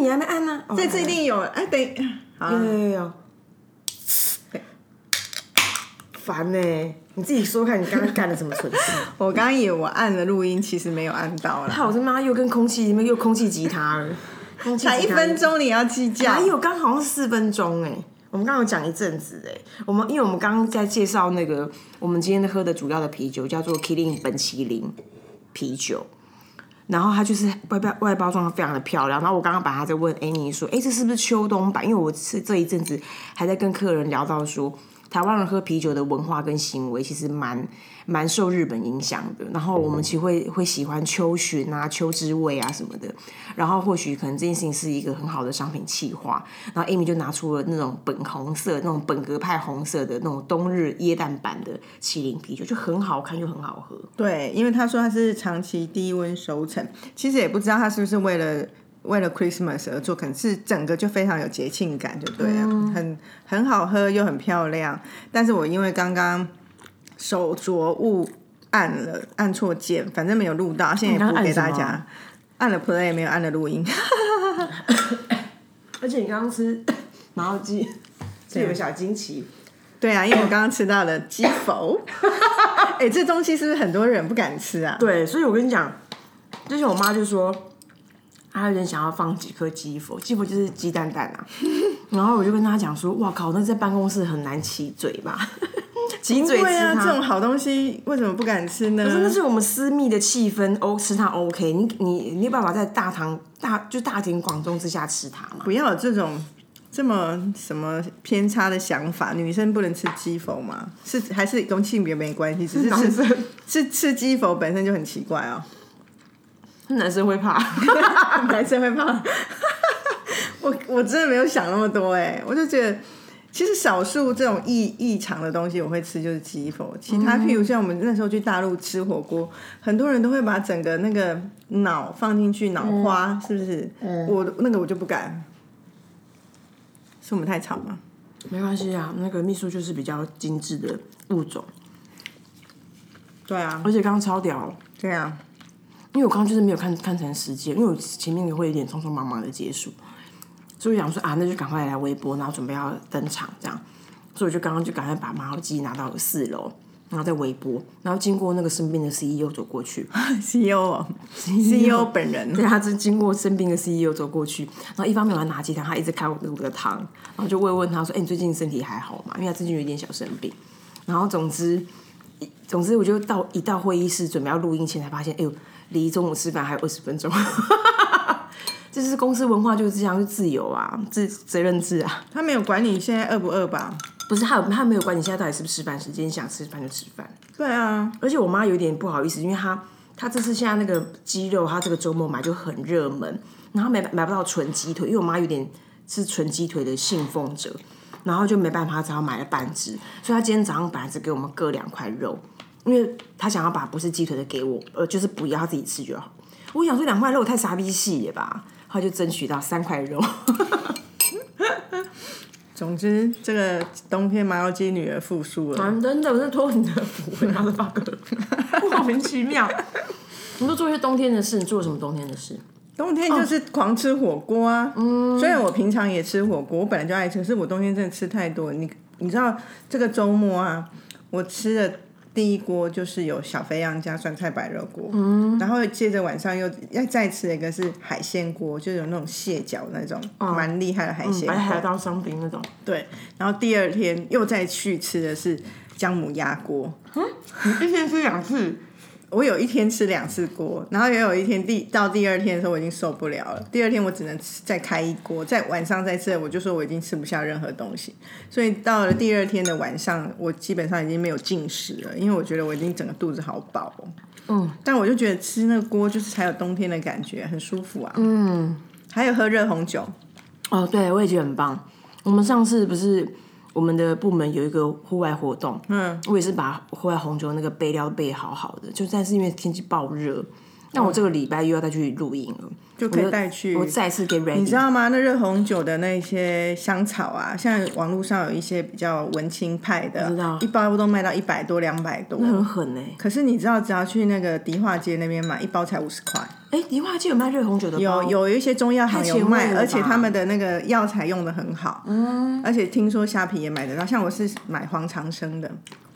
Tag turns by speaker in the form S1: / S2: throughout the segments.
S1: 你还没按呢、哦
S2: 这次一定有。哎，等一，好
S1: 有
S2: 啊，
S1: 有有有，烦呢、你自己说看你刚刚干了什么蠢事？
S2: 我刚刚以为我按了录音，其实没有按到啦。
S1: 怕我他妈又跟空气里面又空气吉他了，空气吉他
S2: 才一分钟你要计较
S1: 还？有刚好像四分钟哎、我们刚刚有讲一阵子哎、我们因为我们刚刚在介绍那个我们今天喝的主要的啤酒叫做 Killing 本麒麟啤酒，然后它就是外包外包装得非常的漂亮，然后我刚刚把它在问 Annie 说，哎、这是不是秋冬版？因为我是这一阵子还在跟客人聊到说。台湾人喝啤酒的文化跟行为其实蛮蛮受日本影响的，然后我们其实会会喜欢秋旬啊、秋之味啊什么的，然后或许可能这件事情是一个很好的商品企划，然后 Amy 就拿出了那种本红色、那种本格派红色的那种冬日椰蛋版的麒麟啤酒，就很好看又很好喝。
S2: 对，因为他说他是长期低温熟成，其实也不知道他是不是为了为了 Christmas 而做，可能是整个就非常有节庆感，就对了，很很好喝又很漂亮。但是我因为刚刚手镯误按了，按错键，反正没有录到，现在也
S1: 你刚
S2: 不
S1: 刚
S2: 给大
S1: 按什么
S2: 家。按了 play 没有按了录音，
S1: 而且你刚刚吃麻辣鸡，这有个小惊奇，
S2: 对啊，因为我刚刚吃 到了鸡否，哎、这东西是不是很多人不敢吃啊？
S1: 对，所以我跟你讲，之前我妈就说，她有点想要放几颗鸡佛，鸡佛就是鸡蛋蛋 啊。然后我就跟她讲说，哇靠，那在办公室很难起嘴 吧？起嘴吃
S2: 对啊，这
S1: 它。
S2: 种好东西为什么不敢吃呢？
S1: 可是那是我们私密的气氛，O 吃它 OK，你你你有办法在大堂大就大庭广众之下吃它吗？
S2: 不要有这种这么什么偏差的想法，女生不能吃鸡否吗？是还是跟性别没关系，只 是
S1: 男
S2: 吃
S1: 生
S2: 是吃鸡否本身就很奇怪哦。
S1: 男生会怕，
S2: 男生会怕，我我真的没有想那么多哎，我就觉得。其实少数这种异异常的东西我会吃，就是鸡否。其他譬如像我们那时候去大陆吃火锅，很多人都会把整个那个脑放进去，脑花、是不是？我那个我就不敢，是我们太吵吗？
S1: 没关系啊，那个秘书就是比较精致的物种，
S2: 对啊，
S1: 而且刚刚超屌，
S2: 对 啊，
S1: 因为我刚刚就是没有看看成时间，因为我前面会有点匆匆忙忙的结束，所以我想说啊，那就赶快来微波，然后准备要登场这样，所以我就刚刚就赶快把麻油鸡拿到四楼，然后再微波，然后经过那个身边的 CEO 走过去，
S2: CEO 哦 CEO 本人，
S1: 对，他是经过生病的 CEO 走过去，然后一方面我还拿鸡汤，他一直开我的我的汤，然后就慰问他说：“哎、你最近身体还好吗？”因为他最近有一点小生病。然后总之，一总之我就到一到会议室准备要录音前才发现，哎呦，离中午吃饭还有二十分钟。 这就是公司文化就是这样，就自由啊，自责任制啊。
S2: 他没有管你现在饿不饿吧？
S1: 不是他有他没有管你现在到底是不是吃饭时间，想吃饭就吃饭。
S2: 对啊，
S1: 而且我妈有点不好意思，因为她她这次现在那个鸡肉，她这个周末买就很热门，然后买买不到纯鸡腿，因为我妈有点是纯鸡腿的信奉者，然后就没办法，只好买了半只，所以她今天早上本来只给我们各两块肉，因为她想要把不是鸡腿的给我，呃，就是不要她自己吃就好。我想说两块肉太傻逼细了吧，她就争取到三块肉。
S2: 总之这个冬天麻油鸡女儿复苏 了，
S1: 啊，真的，我是托你的福，妈的 bug，莫名其妙。 你都做一些冬天的事，你做了什么冬天的事？
S2: 冬天就是狂吃火锅啊。虽然我平常也吃火锅，我本来就爱吃，可是我冬天真的吃太多。你你知道这个周末啊，我吃的第一锅就是有小肥羊加酸菜白肉锅，然后接着晚上又要再吃一个是海鲜锅，就是有那种蟹脚那种，哦嗯蛮厉害的海鲜
S1: 白
S2: 锅
S1: 海。刀伤兵那种，
S2: 对，然后第二天又再去吃的是姜母鸭锅。
S1: 你一天吃两次，
S2: 我有一天吃两次锅，然后也有一天第到第二天的时候我已经受不了了，第二天我只能吃再开一锅，在晚上再吃，我就说我已经吃不下任何东西，所以到了第二天的晚上，我基本上已经没有进食了，因为我觉得我已经整个肚子好饱、哦。嗯，但我就觉得吃那个锅就是才有冬天的感觉，很舒服啊。嗯，还有喝热红酒，
S1: 哦，对，我也觉得很棒。我们上次不是我们的部门有一个户外活动，嗯，我也是把户外红酒那个备料备好好的，就但是因为天气爆热，那我这个礼拜又要再去露营了，
S2: 就可以带去
S1: 我再次 get
S2: 你知
S1: ready。
S2: 道吗？那热红酒的那些香草啊，现在网络上有一些比较文青派的
S1: 知道，
S2: 一包都卖到一百多、两百多。
S1: 那很狠呢、欸。
S2: 可是你知道，只要去那个迪化街那边买一包才五十块，
S1: 哎、迪化街有卖热红酒的包
S2: 有有一些中药行
S1: 哦
S2: 有
S1: 太前卫
S2: 卖，
S1: 了吧哦
S2: 而且他们的那个药材用的很好，嗯，而且听说虾皮也买得到，像我是买黄长生的，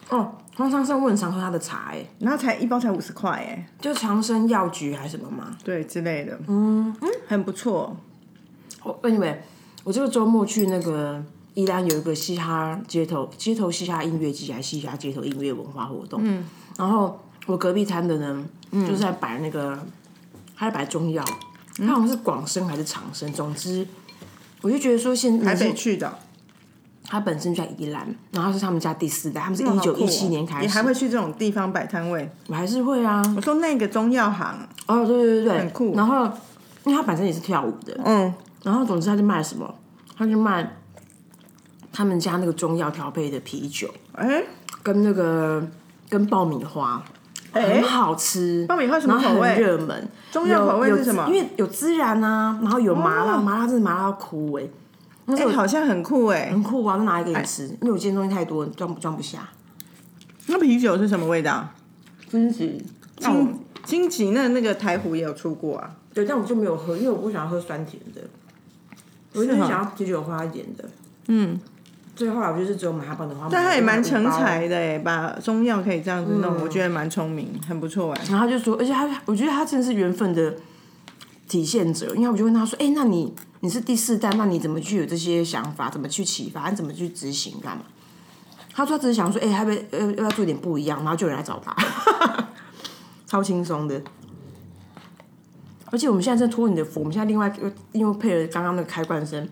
S1: 哦，黄长生我很常喝他的茶、欸，
S2: 然后才一包才五十块，哎，
S1: 就长生药局还是什么嘛。
S2: 对之类的，嗯很不错，
S1: 哦，anyway，我这个周末去那个宜兰有一个嘻哈街头街头嘻哈音乐季，还是嘻哈街头音乐文化活动。嗯，然后我隔壁摊的呢，
S2: 嗯
S1: 就是在摆那个，他在摆中药，他好像是广生还是长生，总之。我就觉得说现，
S2: 台
S1: 在
S2: 北去的，
S1: 他本身就在宜兰，然后他是他们家第四代，他们是
S2: 哇
S1: 一
S2: 好酷
S1: 九
S2: 哦
S1: 一七年开
S2: 你还
S1: 始，
S2: 会去这种地方摆摊位？
S1: 我还是会啊，
S2: 我说那个中药行，
S1: 哦，对对对对，
S2: 很酷
S1: 然后，因为他本身也是跳舞的，
S2: 嗯，
S1: 然后总之他就卖什么，他就卖他们家那个中药调配的啤酒
S2: 哎、
S1: 跟那个跟爆米花。
S2: 哎
S1: 很好吃，
S2: 爆米花什么
S1: 然后
S2: 口味
S1: 很热门，
S2: 中药口味
S1: 有
S2: 是什么
S1: 有因为有孜然啊，然后有麻辣，
S2: 哦
S1: 麻辣真的麻辣到哭哎、那时
S2: 哎
S1: 候
S2: 好像很酷哎、
S1: 很酷啊，就拿来给你吃，因为我今天东西太多，装不装不下。
S2: 那啤酒是什么味道？
S1: 真是，那我
S2: 金金桔那那个台湖也有出过啊，
S1: 对，但我就没有喝，因为我不想喝酸甜的，我就是
S2: 哦
S1: 想要啤酒花一点的。嗯，所以后啊来我就是只有买它爆米花，
S2: 但他也
S1: 买
S2: 蛮
S1: 了
S2: 成
S1: 五包。嗯
S2: 才的哎，把中药可以这样子弄，我觉得蛮聪明，很不错哎。
S1: 然后他就说，而且他，我觉得他真的是缘分的体现者，因为我就问他说，哎、那你你是第四代，那你怎么去有这些想法，怎么去启发，你怎么去执行干嘛？他说他只是想说，哎、欸，要不要呃要不要做点不一样，然后就有人来找他， 超轻松的。而且我们现在在托你的福，我们现在另外又又配了刚刚那个开罐声，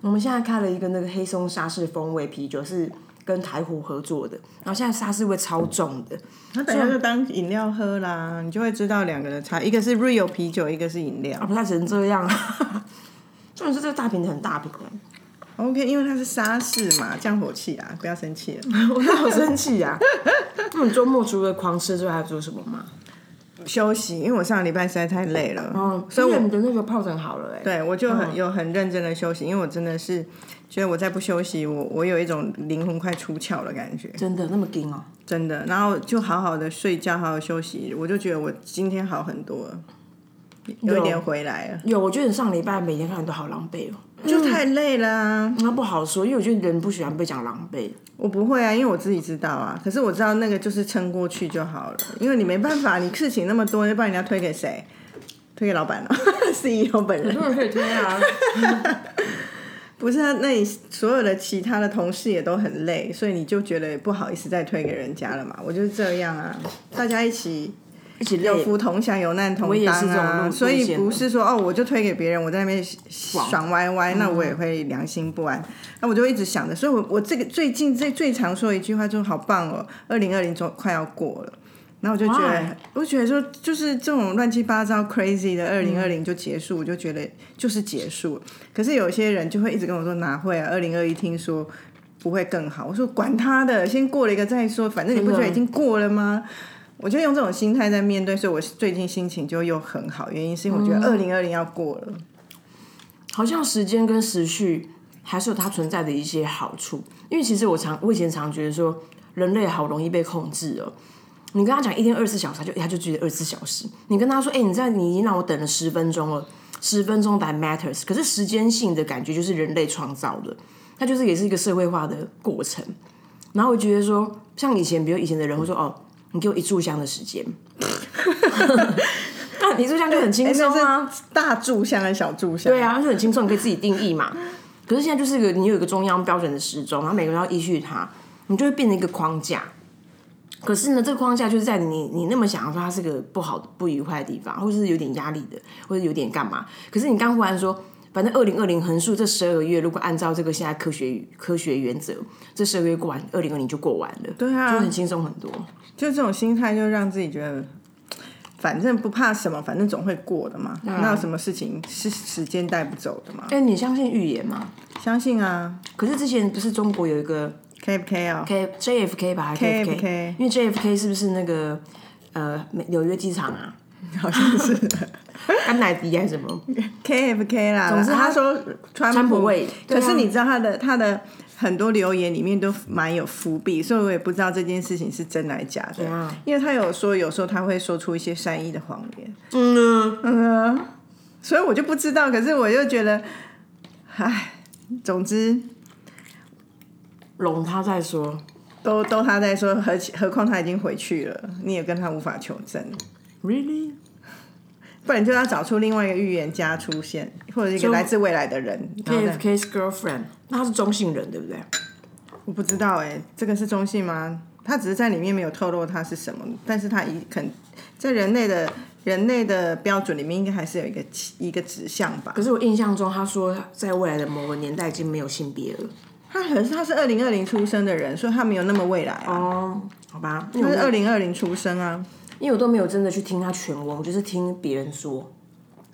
S1: 我们现在开了一个那个黑松沙士风味啤酒，是跟台湖合作的，然后现在沙士味超重的，
S2: 那等一下就当饮料喝啦，你就会知道两个的差，一个是 real 啤酒，一个是饮料
S1: 啊，。不太只能这样 啊。重点是这个大瓶子很大瓶啊，
S2: OK，因为它是沙士嘛，降火气啊，不要生 气了。
S1: 我都好生气啊！那你周末除了狂吃之外，还做什么吗？
S2: 休息，因为我上个礼拜实在太累了，
S1: 哦，
S2: 所以
S1: 因为
S2: 我
S1: 你的那个泡疹好了哎、
S2: 对我就很、有很认真的休息，因为我真的是觉得我再不休息，我我有一种灵魂快出窍的感觉，
S1: 真的那么硬哦、
S2: 真的。然后就好好的睡觉，好好休息，我就觉得我今天好很多了，有一点回来了，
S1: 有，我觉得你上礼拜每天看你都好狼狈哦、
S2: 就太累了啊。
S1: 那不好说，因为我觉得人不喜欢被讲狼狈。
S2: 我不会啊，因为我自己知道啊。可是我知道那个就是撑过去就好了，因为你没办法，你事情那么多，要不然你要推给谁？推给老板哦 了、CEO 本人。
S1: 可以推啊，
S2: 不是啊，那你所有的其他的同事也都很累，所以你就觉得不好意思再推给人家了嘛？我就是这样啊，大家一起
S1: 一起
S2: 有
S1: 累。
S2: 福同享，有难同
S1: 也是
S2: 当
S1: 这种
S2: 啊。
S1: 路
S2: 所
S1: 路
S2: 以
S1: 线的
S2: 不是说哦，我就推给别人，我在那边爽歪歪，
S1: 嗯
S2: 那我也会良心不安。那我就一直想着，所以我我这个最近最最常说一句话就是好棒哦，二零二零总快要过了。然后我就觉得
S1: Why？，
S2: 我觉得说，就是这种乱七八糟、crazy 的二零二
S1: 嗯
S2: 零就结束，我就觉得就是结束。可是有些人就会一直跟我说哪会啊，二零二一听说不会更好。我说管他的，先过了一个再说，反正你不觉得已经过了吗？我就用这种心态在面对，所以我最近心情就又很好，原因是因为我觉得二零二零要过了。
S1: 好像时间跟时序还是有它存在的一些好处，因为其实我常我以前常觉得说，人类好容易被控制哦。你跟他讲一天二十四小时，他就他就觉得二十四小时。你跟他说，哎、你在你已经让我等了十分钟了，十分钟 that matters。可是时间性的感觉就是人类创造的，它就是也是一个社会化的过程。然后我觉得说，像以前，比如以前的人会说，哦，你给我一炷香的时间， 那你一炷香就很轻
S2: 哎
S1: 松啊。
S2: 那是大柱像还是小柱像？
S1: 对，啊，就很轻松，你可以自己定义嘛。可是现在就是一个你有一个中央标准的时钟，然后每个人要依据它，你就会变成一个框架。可是呢，这个框架就是在你你那么想的时候，它是个不好的、不愉快的地方，或是有点压力的，或者有点干嘛。可是你刚忽然说，反正二零二零横竖这十二个月，如果按照这个现在科学科学原则，这十二个月过完，二零二零就过完了，
S2: 对啊
S1: 就很轻松很多。
S2: 就这种心态，就让自己觉得。反正不怕什么，反正总会过的嘛。那有什么事情是时间带不走的嘛？
S1: 哎、你相信预言吗？
S2: 相信啊
S1: 可是之前不是中国有一个
S2: ，K 不 K 啊、
S1: K JFK 吧，还是
S2: KFK
S1: 因为 JFK 是不是那个呃美纽约机场啊？
S2: 好像是
S1: 甘乃迪还是什么？
S2: KFK 啦。
S1: 总之他
S2: 他说川
S1: 川普会对
S2: 可
S1: 啊
S2: 是你知道他的他的很多留言里面都蛮有伏笔，所以我也不知道这件事情是真还假的
S1: 怎样。
S2: 因为他有说有时候他会说出一些善意的谎言，啊
S1: 嗯，
S2: 所以我就不知道。可是我又觉得，唉，总之
S1: 拢他在说，
S2: 都都他在说，何其何况他已经回去了，你也跟他无法求证。
S1: Really？
S2: 不然就要找出另外一个预言家出现，或者一个
S1: 就
S2: 来自未来的人。然后再
S1: KFK's girlfriend，那他是中性人对不对？
S2: 我不知道哎、这个是中性吗？他只是在里面没有透露它是什么，但是他一肯在人类的人类的标准里面，应该还是有一个一个指向吧
S1: 可。是我印象中他说在未来的某个年代已经没有性别了。
S2: 他可是他是二零二零出生的人，所以他没有那么未来啊。
S1: 哦，好吧，因
S2: 他
S1: 为
S2: 是
S1: 我
S2: 二零二零出生啊，
S1: 因为我都没有真的去听他全文，我就是听别人说。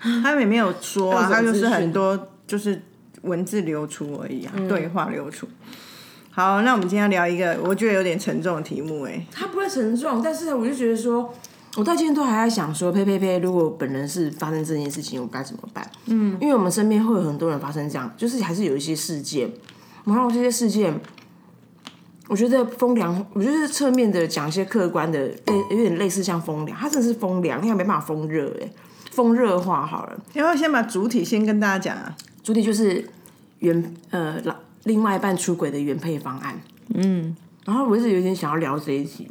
S2: 他也没有说啊，
S1: 那
S2: 他
S1: 有什么
S2: 就
S1: 资
S2: 是
S1: 讯
S2: 很多就是文字流出而已啊，对话流出。好，那我们今天要聊一个我觉得有点沉重的题目哎、
S1: 他不会沉重，但是我就觉得说，我到今天都还在想说，呸呸呸！如果本人是发生这件事情，我该怎么办？嗯，因为我们身边会有很多人发生这样，就是还是有一些事件，然后这些事件，我觉得风凉，我觉得侧面的讲一些客观的，类有点类似像风凉，它真的是风凉，因为它没办法风热哎、风热化好了，
S2: 然后先把主体先跟大家讲啊，
S1: 主体就是原呃老另外一半出轨的原配方案，嗯，然后我一直有点想要聊这一题，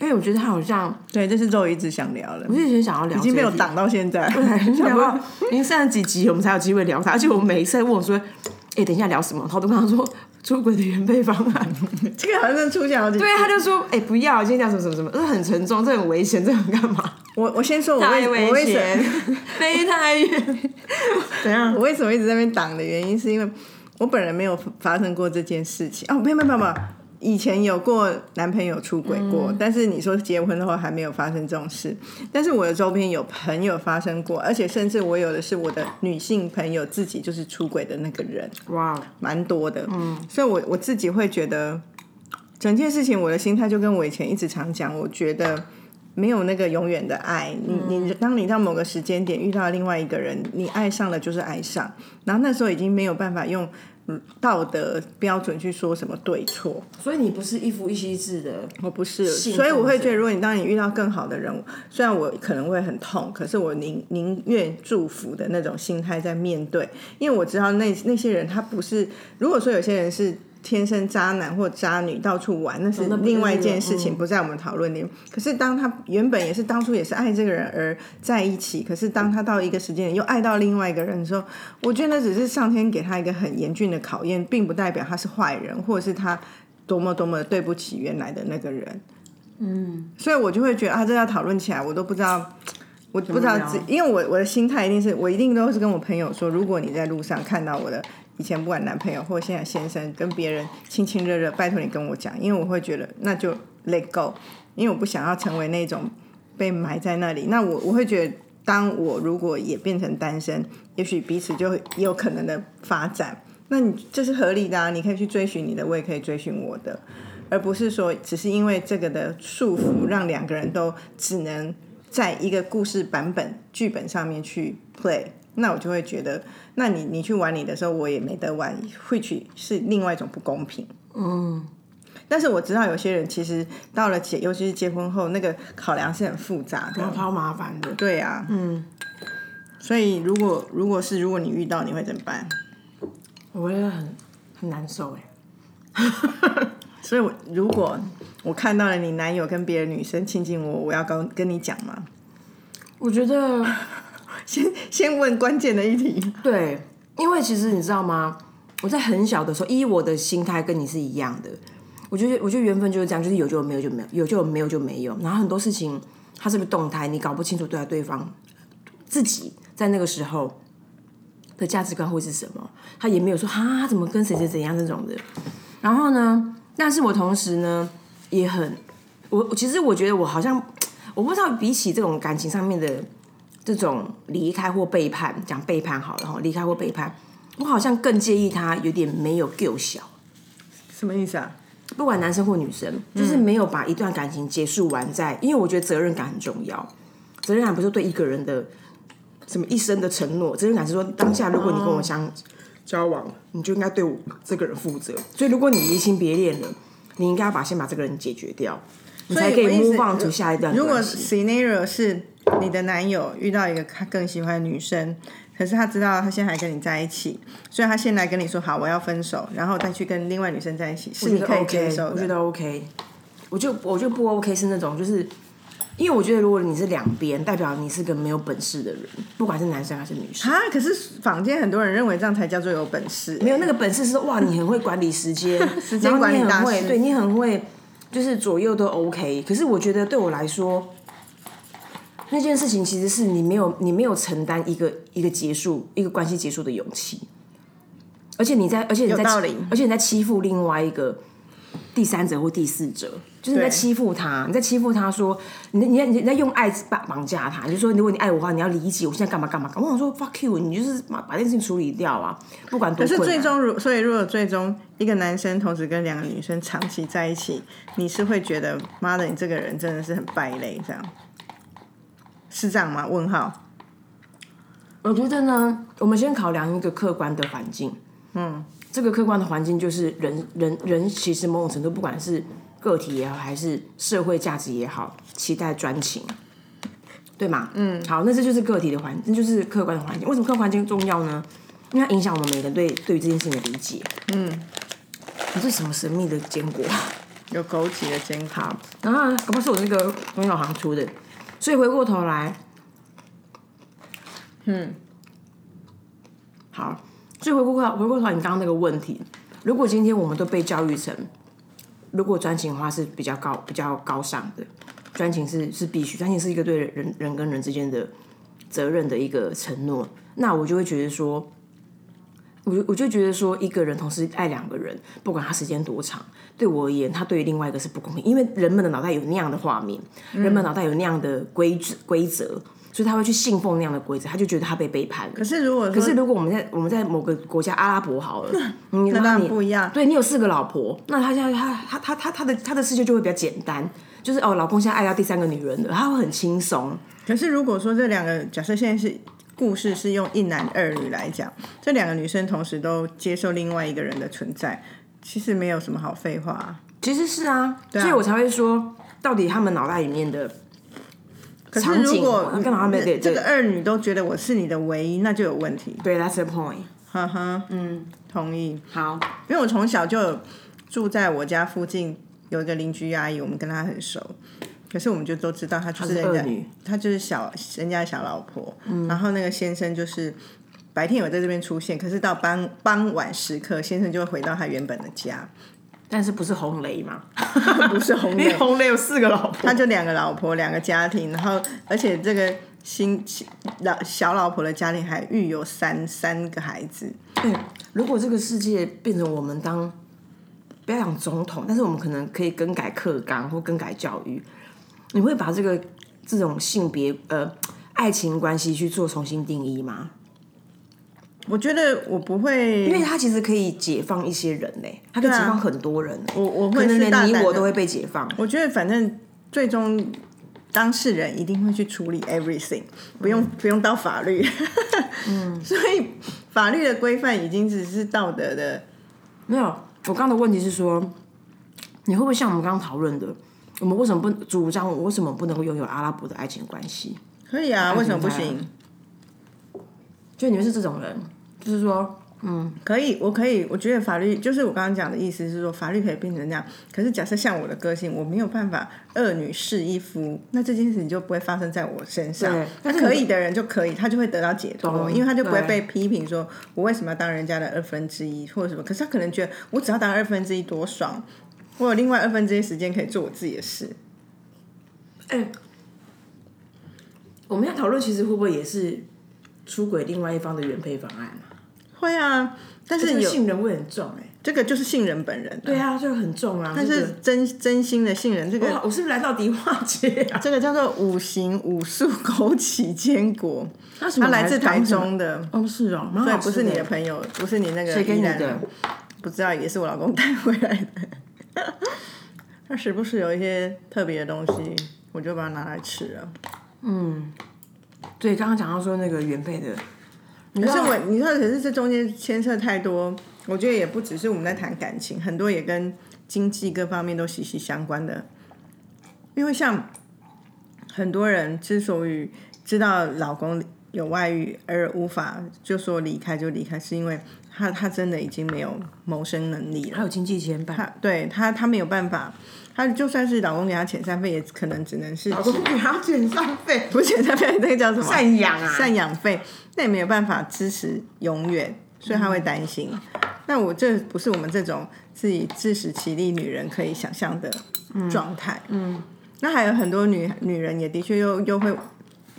S1: 因为我觉得他好像。
S2: 对，这是周瑜一直想聊的
S1: 我，就很想要聊，已
S2: 已经被我，挡到现在，
S1: 很 想要，已经上了几集我们才有机会聊它，而且我每一次问我说，哎、等一下聊什么，他都跟他说出轨的原配方案，
S2: 这个好像出现好几次。
S1: 对，他就说，哎、不要，今天聊什么什么什么，这很沉重，这很危险，这很干嘛？
S2: 我我先说我为我为什么，
S1: 飞太远， 怎样？
S2: 我为什么一直在那边挡的原因，是因为我本人没有发生过这件事情哦，没有没有没有没有，以前有过男朋友出轨过，
S1: 嗯
S2: 但是你说结婚后还没有发生这种事，但是我的周边有朋友发生过，而且甚至我有的是我的女性朋友自己就是出轨的那个人，
S1: 哇，哦
S2: 蛮多的，嗯，所以我我自己会觉得，整件事情我的心态就跟我以前一直常讲，我觉得没有那个永远的爱，你你当你到某个时间点遇到另外一个人，你爱上了就是爱上，然后那时候已经没有办法用嗯道德标准去说什么对错，
S1: 所以你不是一夫一妻制的，
S2: 我不是，
S1: 信
S2: 所以我会
S1: 奉者
S2: 觉得，如果你当你遇到更好的人，虽然我可能会很痛，可是我宁宁愿祝福的那种心态在面对，因为我知道那那些人他不是，如果说有些人是。天生渣男或渣女到处玩，那是
S1: 哦那不是
S2: 另外一件事
S1: 那
S2: 情，
S1: 个嗯
S2: 不在我们讨论里面。可是当他原本也是当初也是爱这个人而在一起，可是当他到一个时间点又爱到另外一个人的时候，我觉得那只是上天给他一个很严峻的考验，并不代表他是坏人，或者是他多么多么地对不起原来的那个人。嗯，所以我就会觉得啊，这要讨论起来，我都不知道，我不知道
S1: 怎么聊
S2: 自，因为我我的心态一定是我一定都是跟我朋友说，如果你在路上看到我的以前不管男朋友或现在先生跟别人亲亲热热，拜托你跟我讲，因为我会觉得那就 let go，因为我不想要成为那种被埋在那里。那我我会觉得，当我如果也变成单身，也许彼此就会有可能的发展。那你这是合理的啊，你可以去追寻你的，我也可以追寻我的，而不是说只是因为这个的束缚，让两个人都只能在一个故事版本剧本上面去 play。那我就会觉得，那你你去玩你的时候，我也没得玩，或许是另外一种不公平。嗯，但是我知道有些人其实到了结，尤其是结婚后，那个考量是很复杂的。
S1: 超麻烦的。
S2: 对啊，嗯。所以如果如果是如果你遇到，你会怎么办？
S1: 我觉得很很难受哎、
S2: 所以我如果我看到了你男友跟别的女生亲近我，我要跟跟你讲吗？
S1: 我觉得
S2: 先先问关键的一题，
S1: 对，因为其实你知道吗？我在很小的时候，依我的心态跟你是一样的。我觉得，我觉得缘分就是这样，就是有就有，没有就没有，有就有，没有就没有。然后很多事情它是不是动态，你搞不清楚对待对方自己在那个时候的价值观会是什么，他也没有说哈他怎么跟谁谁怎样那种的。然后呢，但是我同时呢也很，我其实我觉得我好像我不知道比起这种感情上面的这种离开或背叛，讲背叛好了哈，离开或背叛，我好像更介意他有点没有够小，
S2: 什么意思啊？
S1: 不管男生或女生，就是没有把一段感情结束完再，因为我觉得责任感很重要。责任感不是对一个人的什么一生的承诺，责任感是说当下如果你跟我相、交往，你就应该对我这个人负责。所以如果你移情别恋了，你应该要把先把这个人解决掉，你才可以
S2: 我意思
S1: move on to 下一段
S2: 如果
S1: 关系。
S2: scenario 是你的男友遇到一个他更喜欢的女生，可是他知道他现在还跟你在一起，所以他先来跟你说好我要分手，然后再去跟另外女生在一起，是你
S1: 我觉
S2: 可
S1: 得
S2: 以
S1: OK，
S2: 接受
S1: 我觉
S2: 的。
S1: 得 OK，我就我就不 OK 是那种就是。因为我觉得，如果你是两边，代表你是个没有本事的人，不管是男生还是女生。
S2: 啊！可是坊间很多人认为这样才叫做有本事，
S1: 没有那个本事是说哇，你很会管理时间，
S2: 时间
S1: 然后
S2: 管
S1: 你
S2: 理大
S1: 很
S2: 师
S1: 会，对你很会，就是左右都 OK。可是我觉得对我来说，那件事情其实是你没有你没有承担一个一个结束一个关系结束的勇气，而且你在而且你在
S2: 有道理
S1: 而且你在欺负另外一个第三者或第四者，就是你在
S2: 对
S1: 欺负他，你在欺负他说你你你在用爱绑绑架他，你就说如果你爱我的话，你要理解我现在干嘛干嘛干嘛。我想说 fuck you，你就是把把这件事情处理掉啊，不管多
S2: 可是
S1: 困
S2: 最
S1: 难。
S2: 终如所以如果最终一个男生同时跟两个女生长期在一起，你是会觉得妈的，你这个人真的是很败类，这样是这样吗？问号。
S1: 我觉得呢，我们先考量一个客观的环境。嗯，这个客观的环境就是人人人其实某种程度，不管是个体也好，还是社会价值也好，期待专情，对吗？嗯，好，那这就是个体的环，那就是客观的环境。为什么客观环境重要呢？因为它影响我们每个人对对于这件事情的理解。嗯，你是什么神秘的坚果？
S2: 有枸杞的煎烤，
S1: 好，然后搞不好是我那个朋友行出的，所以回过头来，嗯，好，所以回过头回过头来你刚刚那个问题，如果今天我们都被教育成，如果专情的话是比较高比较高尚的，专情是是必须，专情是一个对人人跟人之间的责任的一个承诺，那我就会觉得说，我就我就觉得说，一个人同时爱两个人，不管他时间多长，对我而言，他对于另外一个是不公平，因为人们的脑袋有那样的画面，人们脑袋有那样的规则规则，所以他会去信奉那样的规则，他就觉得他被背叛了。
S2: 可是如果
S1: 可
S2: 可
S1: 是如果我们在我们在某个国家阿拉伯好了， 你
S2: 那
S1: 那
S2: 当
S1: 你
S2: 然不一样
S1: 对你有四个老婆，那他现在他他他他他的他的世界就会比较简单，就是哦，老公现在爱到第三个女人了，他会很轻松。
S2: 可是如果说这两个假设现在是故事是用一男二女来讲，这两个女生同时都接受另外一个人的存在，其实没有什么好废话、啊。
S1: 其实是啊，
S2: 啊
S1: 所以我才会说，到底他们脑袋里面的
S2: 可是
S1: 场景啊
S2: 如果
S1: 干嘛他们对
S2: 这
S1: 对
S2: 个二女都觉得我是你的唯一，那就有问题。
S1: 对，that's the point。
S2: 哈哈，嗯，同意。
S1: 好，
S2: 因为我从小就有住在我家附近，有一个邻居阿姨，我们跟她很熟。可是我们就都知道她就
S1: 她是
S2: 是嗯人
S1: 恶
S2: 家
S1: 女，
S2: 她就是小人家的小老婆。然后那个先生就是白天有在这边出现，可是到傍傍晚时刻，先生就会回到他原本的 家，
S1: 但是不是红雷嘛？
S2: 不是红
S1: 因为
S2: 脸。
S1: 红雷有四个老婆
S2: 他，就两个老婆，两个家庭，然后而且这个新新老小老婆的家庭还育有三三个孩子，
S1: 哎如果这个世界变成我们当，不要讲总统，但是我们可能可以更改课纲或更改教育，你会把这个这种性别呃爱情关系去做重新定义吗？
S2: 我觉得我不会，
S1: 因为它其实可以解放一些人嘞、它可以
S2: 对
S1: 解
S2: 啊
S1: 放很多人嘞、
S2: 我我
S1: 可
S2: 会
S1: 能
S2: 是
S1: 连
S2: 大胆
S1: 你
S2: 的
S1: 嗯我都会被解放。
S2: 我觉得反正最终当事人一定会去处理 everything，不用、不用到法律。嗯，所以法律的规范已经只是道德的，
S1: 没有，我刚刚的问题是说，你会不会像我们刚刚讨论的，我们为什么不主张我为什么不能够拥有阿拉伯的爱情关系？
S2: 可以啊，
S1: 那
S2: 为什么不
S1: 怎么办
S2: 行？
S1: 就你们是这种人，就是说，
S2: 可以，我可以，我觉得法律就是我刚刚讲的意思是说，法律可以变成那样。可是假设像我的个性，我没有办法二女侍一夫，那这件事情就不会发生在我身上
S1: 对。但
S2: 那
S1: 是你
S2: 可以的人就可以，他就会得到解脱，
S1: 懂
S2: 因为他就不会
S1: 对
S2: 被批评说我为什么要当人家的二分之一或者什么。可是他可能觉得我只要当二分之一多爽，我有另外二分之一时间可以做我自己的事。
S1: 哎、我们要讨论其实会不会也是出轨另外一方的原配方案啊？
S2: 会啊，但
S1: 这
S2: 是
S1: 个
S2: 有
S1: 信任会很重哎、
S2: 这个就是信任本人、啊，
S1: 对啊，就很重啊。
S2: 但
S1: 这
S2: 是
S1: 个
S2: 真真心的信任这个
S1: 哇，我是不是来到迪化街啊？
S2: 这个叫做五行五素枸杞坚果，
S1: 他什么
S2: 它来自台
S1: 港
S2: 中的，
S1: 什么，哦是哦，蛮
S2: 对，
S1: 好
S2: 不
S1: 吃
S2: 是你的
S1: 的，
S2: 朋友，不是你那个
S1: 谁给你
S2: 宜兰
S1: 的？
S2: 不知道，也是我老公带回来的。 它时不时有一些特别的东西，我就把它拿来吃了。啊
S1: 对，刚刚讲到说那个原配的，你知
S2: 可是
S1: 道
S2: 我，你说，可是这中间牵涉太多，我觉得也不只是我们在谈感情，很多也跟经济各方面都息息相关的。因为像很多人之所以知道老公有外遇而无法就说离开就离开，是因为他他真的已经没有谋生能力了。
S1: 还有经济牵绊，
S2: 他对他他没有办法，他就算是老公给他遣散费，也可能只能是
S1: 老公给他减上费，
S2: 不是遣散费，那个叫什么？
S1: 赡养啊，
S2: 赡养费，那也没有办法支持永远，所以他会担心。
S1: 嗯
S2: 那我这不是我们这种自己自食其力女人可以想象的状态。嗯，那还有很多女女人也的确又又会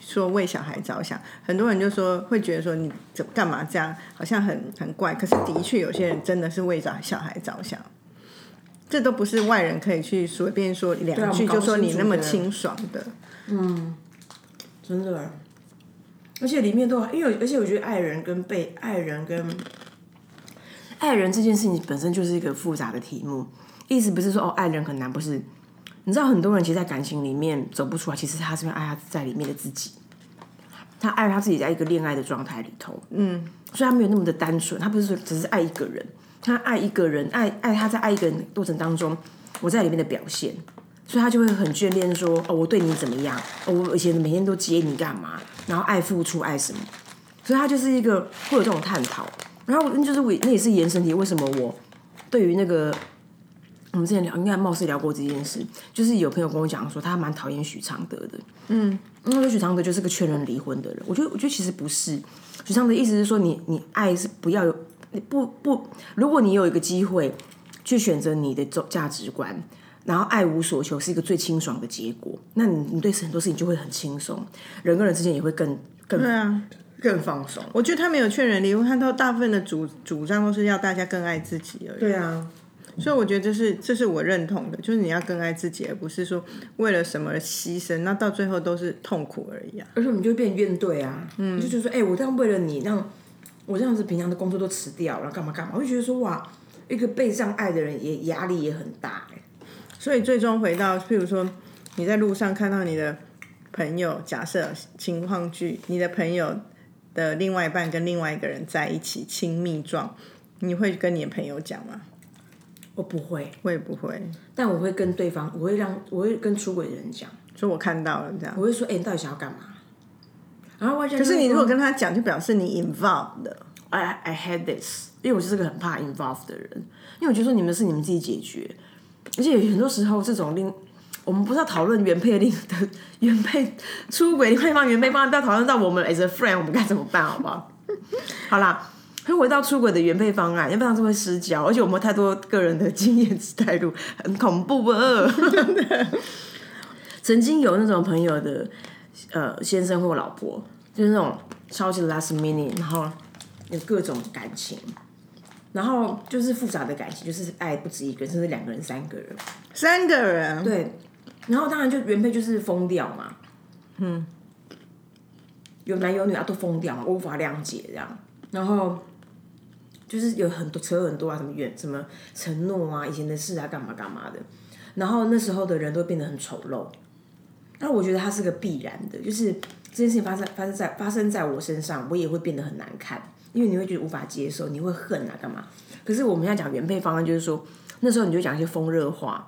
S2: 说为小孩着想，很多人就说会觉得说你怎么干嘛这样，好像很很怪。可是的确有些人真的是为着小孩着想。这都不是外人可以去随便说
S1: 对啊
S2: 两
S1: 我
S2: 句，
S1: 们搞
S2: 就
S1: 不
S2: 说你
S1: 清楚
S2: 那么
S1: 的
S2: 清爽的，
S1: 真的。啊而且里面都因为我，而且我觉得爱人跟被爱人跟爱人这件事情本身就是一个复杂的题目，意思不是说哦爱人很难，不是。你知道很多人其实，在感情里面走不出来，其实他是因为爱他在里面的自己，他爱他自己在一个恋爱的状态里头，嗯，所以他没有那么的单纯，他不是说只是爱一个人，他爱一个人，爱爱他在爱一个人的过程当中，我在里面的表现，所以他就会很眷恋说：“哦，我对你怎么样？哦，我以前每天都接你干嘛？然后爱付出，爱什么？”所以他就是一个会有这种探讨。然后那就是我，那也是延伸题，为什么我对于那个我们之前聊，应该貌似聊过这件事，就是有朋友跟我讲说，他蛮讨厌许常德的。嗯，因为许常德就是个劝人离婚的人。我觉得，我觉得其实不是。许常德意思是说你，你爱是不要有不不，如果你有一个机会去选择你的走价值观，然后爱无所求是一个最清爽的结果，那你你对很多事情就会很轻松，人跟人之间也会更更
S2: 对啊，
S1: 更放松。
S2: 我觉得他没有劝人离婚，他都大部分的主主张都是要大家更爱自己而已。
S1: 对啊，
S2: 所以我觉得这是这是我认同的，就是你要更爱自己，而不是说为了什么而牺牲，那到最后都是痛苦而已啊。
S1: 而且我们就会变怨怼啊，嗯，就觉得说，哎、我这样为了你，让我这样子平常的工作都辞掉，然后干嘛干嘛，我就觉得说，哇，一个被这样爱的人也压力也很大、哎，
S2: 所以最终回到，譬如说你在路上看到你的朋友，假设情况剧，你的朋友的另外一半跟另外一个人在一起亲密状，你会跟你的朋友讲吗？
S1: 我不会，
S2: 我也不会，
S1: 但我会跟对方，我会让我会跟出轨的人讲，
S2: 说我看到了这样。
S1: 我会说，哎、你到底想要干嘛？然后外界
S2: 可
S1: 就是
S2: 你如果
S1: 说
S2: 跟他讲，就表示你 involved 了。
S1: I I had this，因为我就是个很怕 involve 的人，因为我觉得说你们的事你们自己解决，而且很多时候这种另我们不是要讨论原配另的 原配出轨另外一方原配方，不要讨论到我们 as a friend 我们该怎么办，好不好？好啦。回到出轨的原配方案，要不然就会失焦，而且我们有太多个人的经验之带入，很恐怖啊！ 曾经有那种朋友的呃先生或老婆，就是那种超级 last minute，然后有各种感情，然后就是复杂的感情，就是爱不止一个人，甚至两个人、三个人。
S2: 三个人，
S1: 对，然后当然就原配就是疯掉嘛，嗯，有男有女啊都疯掉嘛，我无法谅解这样。然后就是有很多扯很多啊，什么远什么承诺啊，以前的事啊，干嘛干嘛的。然后那时候的人都变得很丑陋，那我觉得它是个必然的，就是这件事情发生发生在发生在我身上，我也会变得很难看，因为你会觉得无法接受，你会恨啊干嘛？可是我们现在讲原配方案，就是说那时候你就讲一些风热话，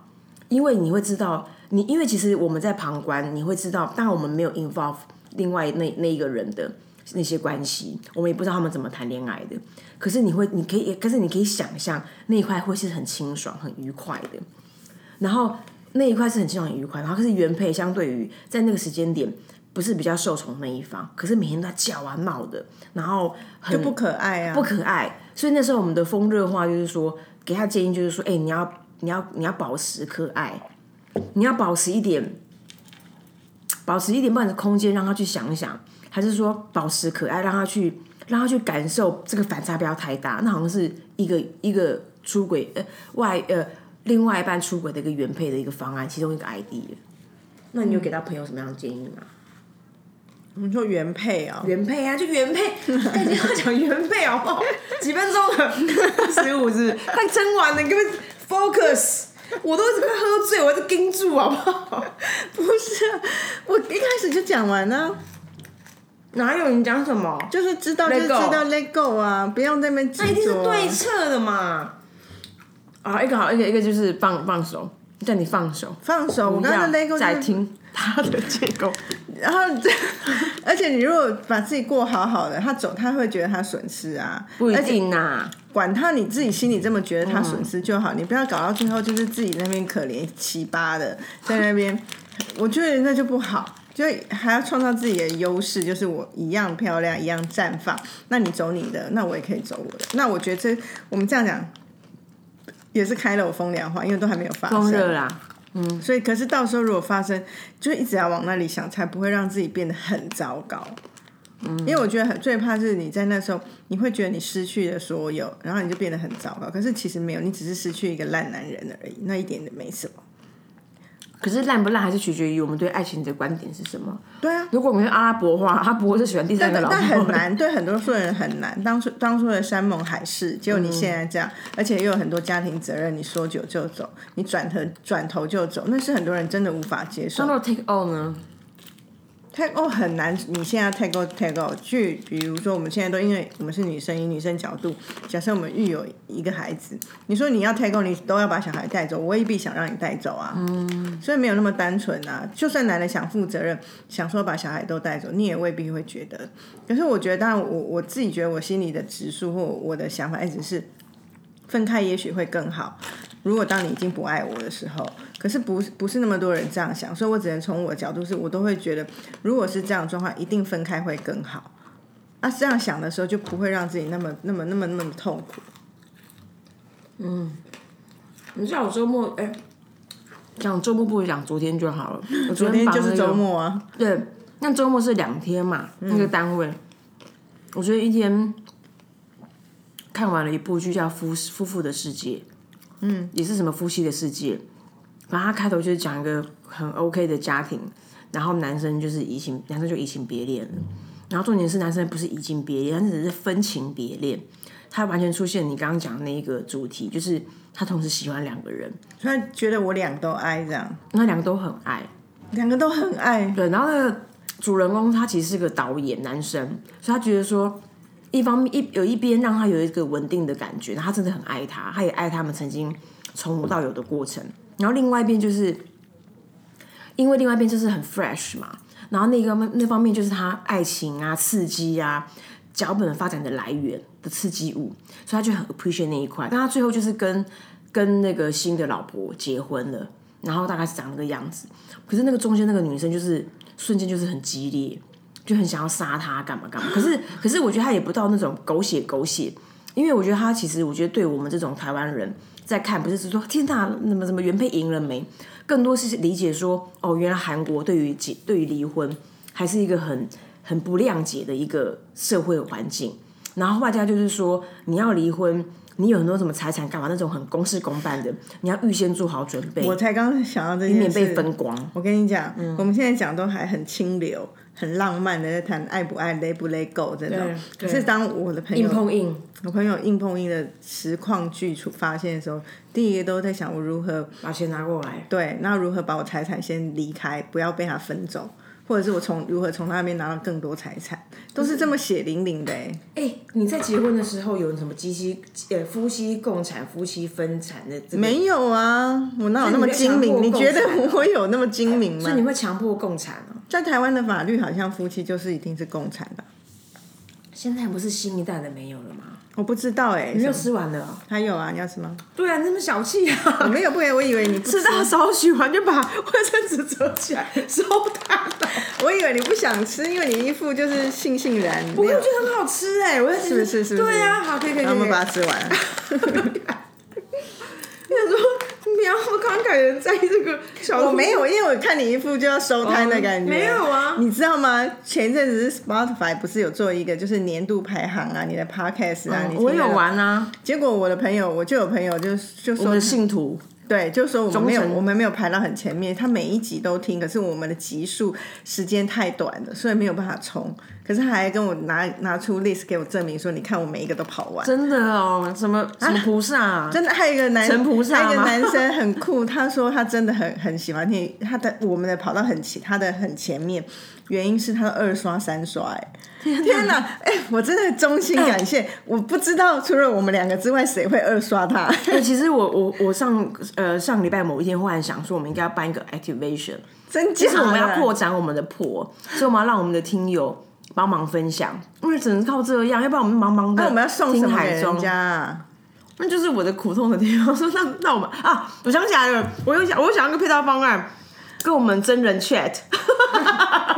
S1: 因为你会知道，你因为其实我们在旁观，你会知道，但我们没有 involve 另外那那一个人的那些关系，我们也不知道他们怎么谈恋爱的。可是你会，你可以，可是你可以想象那一块会是很清爽、很愉快的。然后那一块是很清爽、很愉快，然后可是原配相对于在那个时间点不是比较受宠那一方，可是每天都在叫啊闹的，然后很
S2: 就不可爱啊。
S1: 不可爱。所以那时候我们的风热话就是说，给他建议就是说，哎、你要你要你要保持可爱，你要保持一点，保持一点半的空间，让他去想一想，还是说保持可爱，让他去让他去感受这个反差不要太大。那好像是一个一个出轨呃外呃另外一半出轨的一个原配的一个方案，其中一个 idea。那你有给到朋友什么样的建议吗？
S2: 你说原配啊、
S1: 原配啊，就原 配，哎，你要讲原配好不好？几分钟了，十五是不是快撑完了，你给我 focus。我都一直快喝醉，我还是盯住好不好？
S2: 不是啊，我一开始就讲完了、
S1: 哪有你讲什么？
S2: 就是知道就
S1: Let
S2: 是知
S1: go
S2: 道 let go 啊，不用在那边执
S1: 那一定是
S2: 着啊、
S1: 对策的嘛。啊，一个好，一个一个就是放放手，叫你放手。
S2: 放手。我
S1: 不
S2: 刚
S1: 要
S2: 刚的 let go
S1: 再
S2: 就是
S1: 听他的借口。
S2: 然后这， 而且你如果把自己过好好的，他走他会觉得他损失啊，
S1: 不一
S2: 而且
S1: 定啊呐、
S2: 管他你自己心里这么觉得他损失就好，你不要搞到最后就是自己那边可怜七八的在那边，我觉得那就不好。就还要创造自己的优势，就是我一样漂亮，一样绽放。那你走你的，那我也可以走我的。那我觉得这我们这样讲也是开了我风凉话，因为都还没有发
S1: 风
S2: 生。
S1: 热啦，啊
S2: 所以，可是到时候如果发生，就一直要往那里想，才不会让自己变得很糟糕。嗯，因为我觉得很最怕是你在那时候，你会觉得你失去了所有，然后你就变得很糟糕。可是其实没有，你只是失去一个烂男人而已，那一点也没什么。
S1: 可是烂不烂还是取决于我们对爱情的观点是什么。
S2: 对啊，
S1: 如果我们是阿拉伯话，阿拉伯是喜欢第三
S2: 但
S1: 个老
S2: 但很
S1: 婆。
S2: 难，对很多数人很难。当初当初的山盟海誓，结果你现在这样，而且又有很多家庭责任，你说走就走，你转头转头就走，那是很多人真的无法接受
S1: 那。如果 take all 呢？
S2: 太购很难，你现在太购太购去，比如说我们现在都因为我们是女生，以女生角度，假设我们育有一个孩子，你说你要太购，你都要把小孩带走，我未必想让你带走啊，嗯，所以没有那么单纯啊。就算男人想负责任，想说把小孩都带走，你也未必会觉得。可是我觉得，当然我我自己觉得我心里的指数或我的想法一直是分开，也许会更好。如果当你已经不爱我的时候，可是不是不是那么多人这样想，所以我只能从我的角度是，我都会觉得，如果是这样的状况，一定分开会更好。啊，这样想的时候就不会让自己那么那么那么那么痛苦。
S1: 你知道我周末哎，讲周末不如讲昨天就好了。我
S2: 昨天
S1: 把
S2: 就
S1: 那
S2: 是
S1: 个
S2: 周末啊，
S1: 对，那周末是两天嘛，那个单位，我觉得一天看完了一部剧叫《夫夫妇的世界》，嗯，也是什么夫妻的世界，然后它开头就是讲一个很 OK 的家庭，然后男生就是移情，男生就移情别恋了，然后重点是男生不是移情别恋，他只是分情别恋。他完全出现你刚刚讲的那一个主题，就是他同时喜欢两个人，
S2: 突然觉得我俩都爱这样，
S1: 那两个都很爱，
S2: 两个都很爱，
S1: 对，然后那个主人公他其实是个导演，男生，所以他觉得说，一方面一有一边让他有一个稳定的感觉，然后他真的很爱他，他也爱他们曾经从无到有的过程。然后另外一边就是，因为另外一边就是很 fresh 嘛，然后那个那方面就是他爱情啊、刺激啊、脚本发展的来源的刺激物，所以他就很 appreciate 那一块。但他最后就是跟跟那个新的老婆结婚了，然后大概是长那个样子。可是那个中间那个女生就是瞬间就是很激烈，就很想要杀他干嘛干嘛。可是可是我觉得他也不到那种狗血狗血，因为我觉得他其实我觉得对我们这种台湾人在看，不是只说天哪，怎么怎么原配赢了没，更多是理解说哦，原来韩国对于结对于离婚还是一个很很不谅解的一个社会环境。然后外加就是说，你要离婚，你有很多什么财产干嘛那种很公事公办的，你要预先做好准备，
S2: 我才刚刚想到这件
S1: 免
S2: 事
S1: 被。分嗯光。
S2: 我跟你讲，我们现在讲都还很清流、很浪漫的在谈爱不爱、勒不勒够这种。可
S1: 对
S2: 是当我的朋
S1: 硬
S2: 友
S1: 碰硬，
S2: 我朋友硬碰硬的实况剧出发现的时候，第一个都在想我如何
S1: 把钱拿过来。
S2: 对，那如何把我财产先离开，不要被他分走，或者是我从如何从他那边拿到更多财产，都是这么血淋淋的、欸。
S1: 哎、你在结婚的时候有什么夫妻呃夫妻共产、夫妻分产的这个？
S2: 没有啊，我哪有那么
S1: 所以你没有
S2: 精明？
S1: 强迫
S2: 你觉得
S1: 共产啊
S2: 我有那么精明
S1: 所以你
S2: 吗？
S1: 会强迫共产啊？
S2: 在台湾的法律好像夫妻就是一定是共产的，
S1: 现在不是新一代的没有了吗？
S2: 我不知道哎、
S1: 你没
S2: 欸，
S1: 有吃完了？
S2: 还有啊，你要吃吗？
S1: 对啊，你那么小气啊！
S2: 我 没有不给，我以为你不吃
S1: 吃到少许完就把卫生纸折起来收它了。
S2: 我以为你不想吃，因为你一副就是悻悻然。
S1: 不
S2: 没
S1: 过
S2: 有
S1: 我觉得很好吃哎、我在
S2: 是不是是不是
S1: 对啊，好，可以可以可以。
S2: 那我们
S1: 可以
S2: 把它吃完。
S1: 我想说，不要那么慷慨的在意这个小
S2: 我没有，因为我看你一副就要收摊的感觉。
S1: 哦没有啊
S2: 你知道吗？前一阵子是 Spotify 不是有做一个就是年度排行啊，你的 Podcast 啊，你听
S1: 哦我
S2: 的
S1: 有。玩啊，
S2: 结果我的朋友，我就有朋友就就
S1: 我啊的
S2: 说，
S1: 信徒
S2: 对，就说我们没有
S1: 忠诚
S2: 我们没有排到很前面，他每一集都听，可是我们的集数时间太短了，所以没有办法冲。可是他还跟我拿拿出 list 给我证明说，你看我每一个都跑完。
S1: 真的哦，什么什么菩萨、啊，
S2: 真的，还有一个男，
S1: 陈菩萨
S2: 还有一个
S1: 吗
S2: 男生很酷，他说他真的很很喜欢听他的我们的跑到很前，他的很前面，原因是他的二刷三刷、哎，天哪，哎、我真的衷心感谢，
S1: 哎
S2: 我不知道除了我们两个之外，谁会二刷他？
S1: 哎，其实我我我上呃上礼拜某一天忽然想说，我们应该要办一个 activation，
S2: 真
S1: 就是
S2: 假？
S1: 我们要扩展我们的破，所以我们要让我们的听友帮忙分享，因为只能靠这样，要不然我们茫茫的
S2: 那我们要送什
S1: 听
S2: 么
S1: 海
S2: 给
S1: 中
S2: 人家、啊？
S1: 那就是我的苦痛的地方。 说那那我们啊，我想起来了，我又想我又想要一个配套方案，跟我们真人 chat，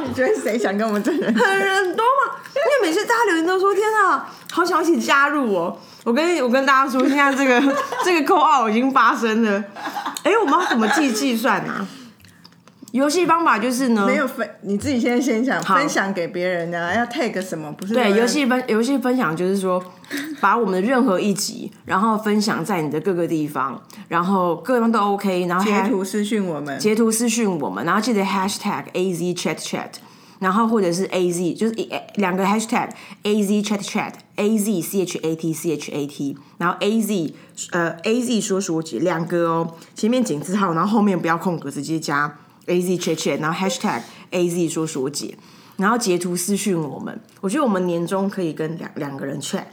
S2: 你觉得谁想跟我们真人？
S1: 很多嘛，因为每次大家留言都说天啊，好想一起加入哦。我跟我跟大家说，现在这个 这个扣二已经发生了。哎、我们要怎么计计算啊？游戏方法就是呢，
S2: 没有分，你自己先先想
S1: 好
S2: 分享给别人啊，要 tag 什么？不是
S1: 对，
S2: 说
S1: 游戏分游戏分享就是说，把我们的任何一集，然后分享在你的各个地方，然后各地方都 OK，然后
S2: 截
S1: 还
S2: 图私讯我们，
S1: 截图私讯我们，然后记得 hashtag A Z chat chat，然后或者是 A Z 就是一诶两个 hashtag A Z chat chat A Z C H A T C H A T，然后 A Z 呃 A Z 说书姐两个哦，前面井字号，然后后面不要空格，直接加 A Z chat chat，然后 hashtag A Z 说书姐，然后截图私讯我们，我觉得我们年终可以跟两两个人 chat，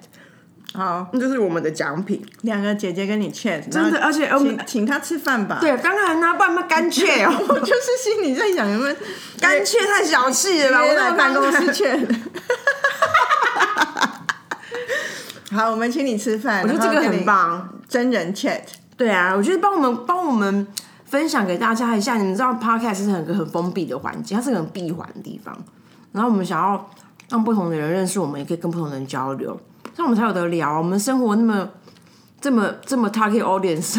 S2: 好，
S1: 那就是我们的奖品。
S2: 两个姐姐跟你 chat，
S1: 真的而且我们
S2: 请请她吃饭吧。，
S1: 对，当然啊啦、不然嘛干脆 哦，
S2: 我就是心里在想有 没有
S1: 干脆太小气了吧，我
S2: 约
S1: 那
S2: 来
S1: 个
S2: 办公
S1: 刚
S2: 室 chat。好，我们请你吃饭，
S1: 我觉得这个
S2: 然后跟
S1: 很
S2: 你
S1: 棒。
S2: 真人 chat，
S1: 对啊，我觉得帮我们帮我们分享给大家一下，你们知道 podcast 是很很封闭的环境，它是个很闭环的地方。然后我们想要让不同的人认识我们，也可以跟不同的人交流，这样我们才有得聊啊。我们生活那么这么这么 target audience，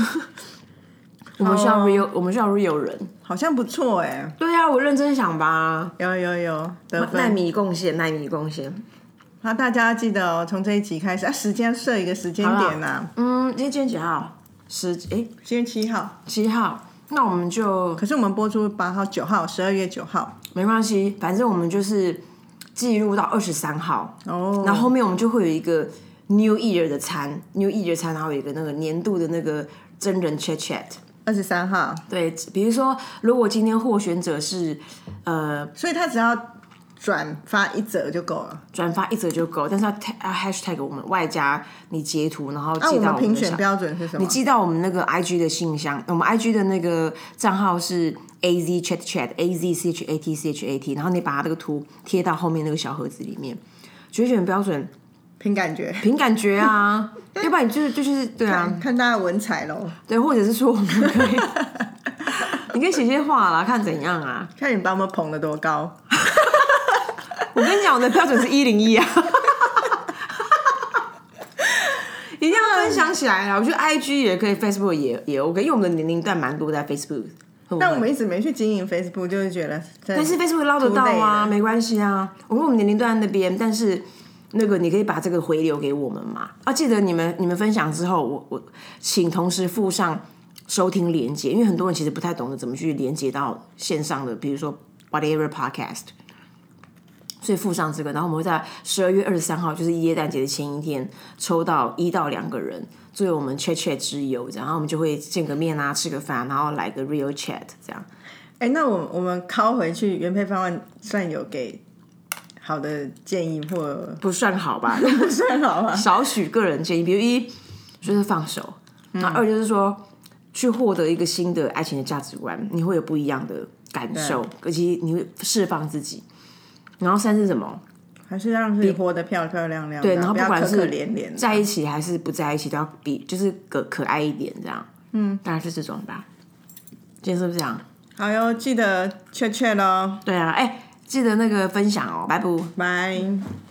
S1: 我们需要 real，、我们需要 real 人。
S2: 好像不错哎，
S1: 对啊，我认真想吧，
S2: 有有有得
S1: 耐
S2: 分。
S1: 呃米贡献，耐米贡献。
S2: 那大家记得哦，从这一集开始啊，时间设一个时间
S1: 好啦
S2: 点呐，
S1: 嗯，今天今天几号？十诶
S2: 今天七号，
S1: 七号，那我们就
S2: 可是我们播出八号、九号、十二月九号
S1: 没关系，反正我们就是记录到二十三号，
S2: 哦。
S1: 然后后面我们就会有一个 New Year 的餐，New Year 餐，然后有一个那个年度的那个真人 chat chat。
S2: 二十三号，
S1: 对，比如说，如果今天获选者是呃
S2: 所以他只要转发一则就够了。
S1: 转发一则就够，但是要 tag- 要 hashtag 我们外加你截图，然后
S2: 那、
S1: 寄
S2: 啊我
S1: 到我
S2: 们
S1: 们
S2: 评
S1: 的小
S2: 选标准是什么
S1: 你？寄到我们那个 IG 的信箱，我们 IG 的那个账号是 A Z Chat Chat A Z C H A T C H A T，然后你把它那个图贴到后面那个小盒子里面，决选标准
S2: 凭感觉，嗯
S1: 凭感觉 啊，要不然你就是就是对啊，
S2: 看大家文采喽，
S1: 对，哎或者是说我们可以，你可以写些话啦，看怎样啊。
S2: 看你把我们捧得多高。
S1: 嗯我跟你讲，我的标准是一零一啊，一定要分享起来啊！我觉得 IG 也可以，Facebook 也也 OK，因为我们的年龄段蛮多在 Facebook。会不会
S2: 但我们一直没去经营 Facebook，就是觉得真
S1: 但是 Facebook 捞得到啊，没关系啊。我跟我们年龄段那边，但是那个你可以把这个回流给我们嘛。啊，记得你们你们分享之后，我我请同时附上收听连接，因为很多人其实不太懂得怎么去连接到线上的，比如说 whatever podcast。所以附上这个，然后我们会在十二月二十三号，就是耶诞节的前一天，抽到一到两个人作为我们 chat chat 之友，然后我们就会见个面啊，吃个饭，然后来个 real chat 这样。
S2: 哎、那我我们拷回去原配方案算有给好的建议或
S1: 不算好吧？
S2: 不算好吧？
S1: 少许个人建议，比如一就是放手，那、
S2: 嗯
S1: 二就是说去获得一个新的爱情的价值观，你会有不一样的感受，而且你会释放自己。然后三是什么？
S2: 还是让自己活得漂漂亮亮的，
S1: 对，然后
S2: 不
S1: 不
S2: 要
S1: 管
S2: 可
S1: 是
S2: 可怜怜啊的。
S1: 在一起还是不在一起，都要比就是可可爱一点这样。嗯，大概是这种吧。今天是不是这样？
S2: 好哟，记得确确喽，
S1: 对啊，哎、记得那个分享哦，拜拜。
S2: 拜。